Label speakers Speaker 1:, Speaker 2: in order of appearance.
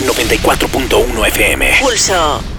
Speaker 1: 94.1 FM.
Speaker 2: Pulso.